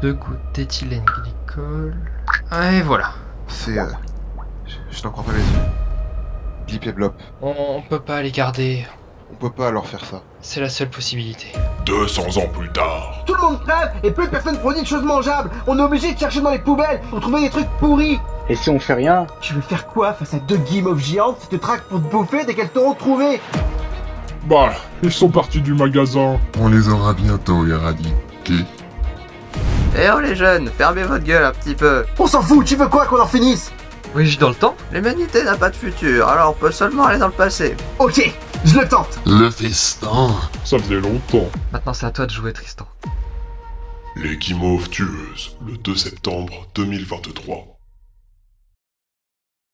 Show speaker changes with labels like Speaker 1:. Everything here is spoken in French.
Speaker 1: Deux gouttes d'éthylène glycol. Ah, et voilà.
Speaker 2: C'est. euh, Je, je n'en crois pas mes yeux. Blip et Blop.
Speaker 1: On, on peut pas les garder.
Speaker 2: On peut pas leur faire ça.
Speaker 1: C'est la seule possibilité.
Speaker 3: 200 ans plus tard,
Speaker 4: Tout le monde crève et peu de personnes produisent de choses mangeables. On est obligé de chercher dans les poubelles pour trouver des trucs pourris.
Speaker 5: Et si on fait rien
Speaker 4: Tu veux faire quoi face à deux guillemots géantes qui te traquent pour te bouffer dès qu'elles t'auront trouvé
Speaker 6: Bah, ils sont partis du magasin.
Speaker 7: On les aura bientôt éradiqués.
Speaker 8: Eh oh les jeunes, fermez votre gueule un petit peu.
Speaker 4: On s'en fout, tu veux quoi qu'on en finisse
Speaker 9: Voyage dans le temps
Speaker 8: L'humanité n'a pas de futur, alors on peut seulement aller dans le passé.
Speaker 4: Ok, je le tente.
Speaker 7: Le festin
Speaker 6: Ça faisait longtemps.
Speaker 9: Maintenant, c'est à toi de jouer, Tristan.
Speaker 3: les Guimauves tueuses, le 2 septembre 2023.